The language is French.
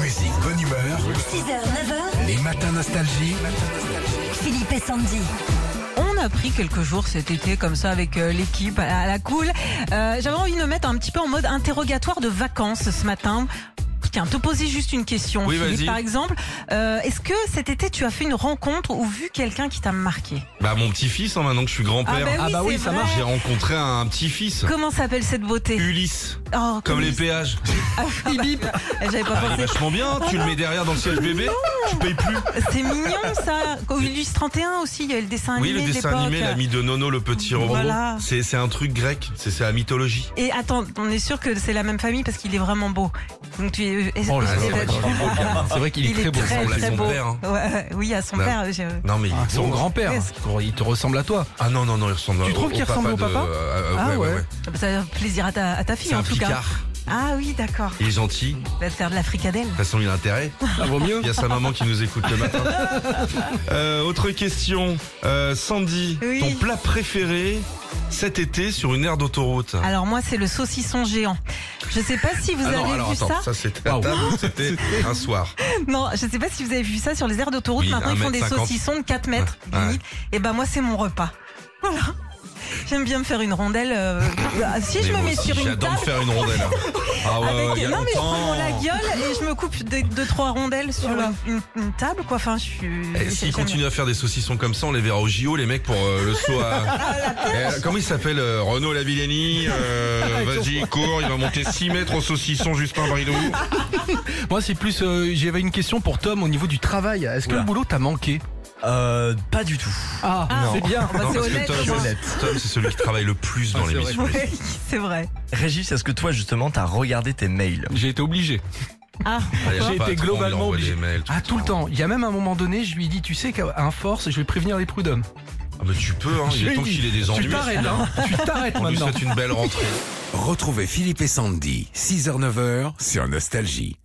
musique, bonne humeur. 6h, 9h, Les matins nostalgie. Philippe et Sandy. On a pris quelques jours cet été comme ça avec euh, l'équipe à la cool. Euh, J'avais envie de me mettre un petit peu en mode interrogatoire de vacances ce matin. Tiens, te poser juste une question, Oui, Philippe, vas-y. par exemple. Euh, Est-ce que cet été tu as fait une rencontre ou vu quelqu'un qui t'a marqué Bah mon petit-fils, hein, maintenant que je suis grand-père. Ah, bah oui, Ah, bah oui, c'est ça vrai. marche. J'ai rencontré un, un petit-fils. Comment s'appelle cette beauté Ulysse, Oh, Ah, bah, comme les péages. J'avais pas Ah, il est pensé. vachement bien, tu le mets derrière dans le siège bébé, je paye plus. C'est mignon ça. Ulysse 31 aussi, il y a eu le dessin Oui, animé le de dessin l'époque. animé, l'ami de Nono, le petit robot. Voilà. C'est c'est un truc grec, c'est c'est la mythologie. Et attends, on est sûr que c'est la même famille parce qu'il est vraiment beau. Donc tu es. Oh là là, c'est- ouais, ouais, ouais. C'est vrai qu'il est, Il est très beau. très, ressemble à son beau. père, hein. Ouais, ouais, oui, à son Bah. père. j'ai- Non mais il Hein, Son ressemble- grand-père, il te ressemble à toi. Ah non non non, il ressemble. Tu au- trouves qu'il ressemble au de- papa euh, Ah ouais, ouais, ouais. ouais. Ça fait plaisir à ta, à ta fille C'est en un tout cas. picard. Ah oui, d'accord. Il est gentil. Il va te faire de la fricadelle. De toute façon, il a intérêt. Ça Ah, vaut mieux. Il y a sa maman qui nous écoute le matin. Euh, autre question, Euh, Sandy, Oui. ton plat préféré cet été sur une aire d'autoroute Alors moi, c'est le saucisson géant. Je sais pas si vous Ah non, avez alors vu attends, ça. Ah ça, c'était à Waouh. table, c'était un soir. Non, je sais pas si vous avez vu ça sur les aires d'autoroute. Oui, Maintenant, ils font des 1m50. saucissons de 4 mètres. Ouais, ouais. limite. Et ben moi, c'est mon repas. Voilà. J'aime bien me faire une rondelle. euh, ah, si je Mais me moi mets aussi, sur une J'adore me table. faire une rondelle. Ah ouais, ouais, Avec, il y a non mais je longtemps. Ah prends mon laguiole et je me coupe des- deux trois rondelles sur une, une- une table quoi. Enfin je suis. Eh, S'ils j'aime continuent à faire des saucissons comme ça, on les verra au JO, les mecs, pour euh, le saut à... Eh, comment il s'appelle euh, Renaud Lavilleni euh, Vas-y, cours, il va monter 6 mètres au saucisson, Justin Bridou. Moi, c'est plus. euh, J'avais une question pour Tom au niveau du travail. Est-ce que le boulot t'a manqué Euh, pas du tout. Ah, Ah, c'est bien. Ah, bah, Non, c'est parce que honnête, Tom, au moins. c'est- Tom, c'est celui qui travaille le plus dans Ah, c'est vrai. l'émission. Ouais, c'est vrai. Régis, est-ce que toi, justement, t'as regardé tes mails J'ai été obligé. Ah, Ah, y a J'ai pas été trop, on lui globalement envoie des obligé. mails, Ah, tout le temps. Il y a même un moment donné, je lui ai dit, tu sais qu'à un force, je vais prévenir les prud'hommes. Ah bah tu peux, hein, Je il est lui temps ai dit, qu'il ait des ennuis. Tu t'arrêtes, hein. Tu t'arrêtes On lui maintenant. souhaite une belle rentrée. Retrouvez Philippe et Sandy, 6h-9h sur Nostalgie.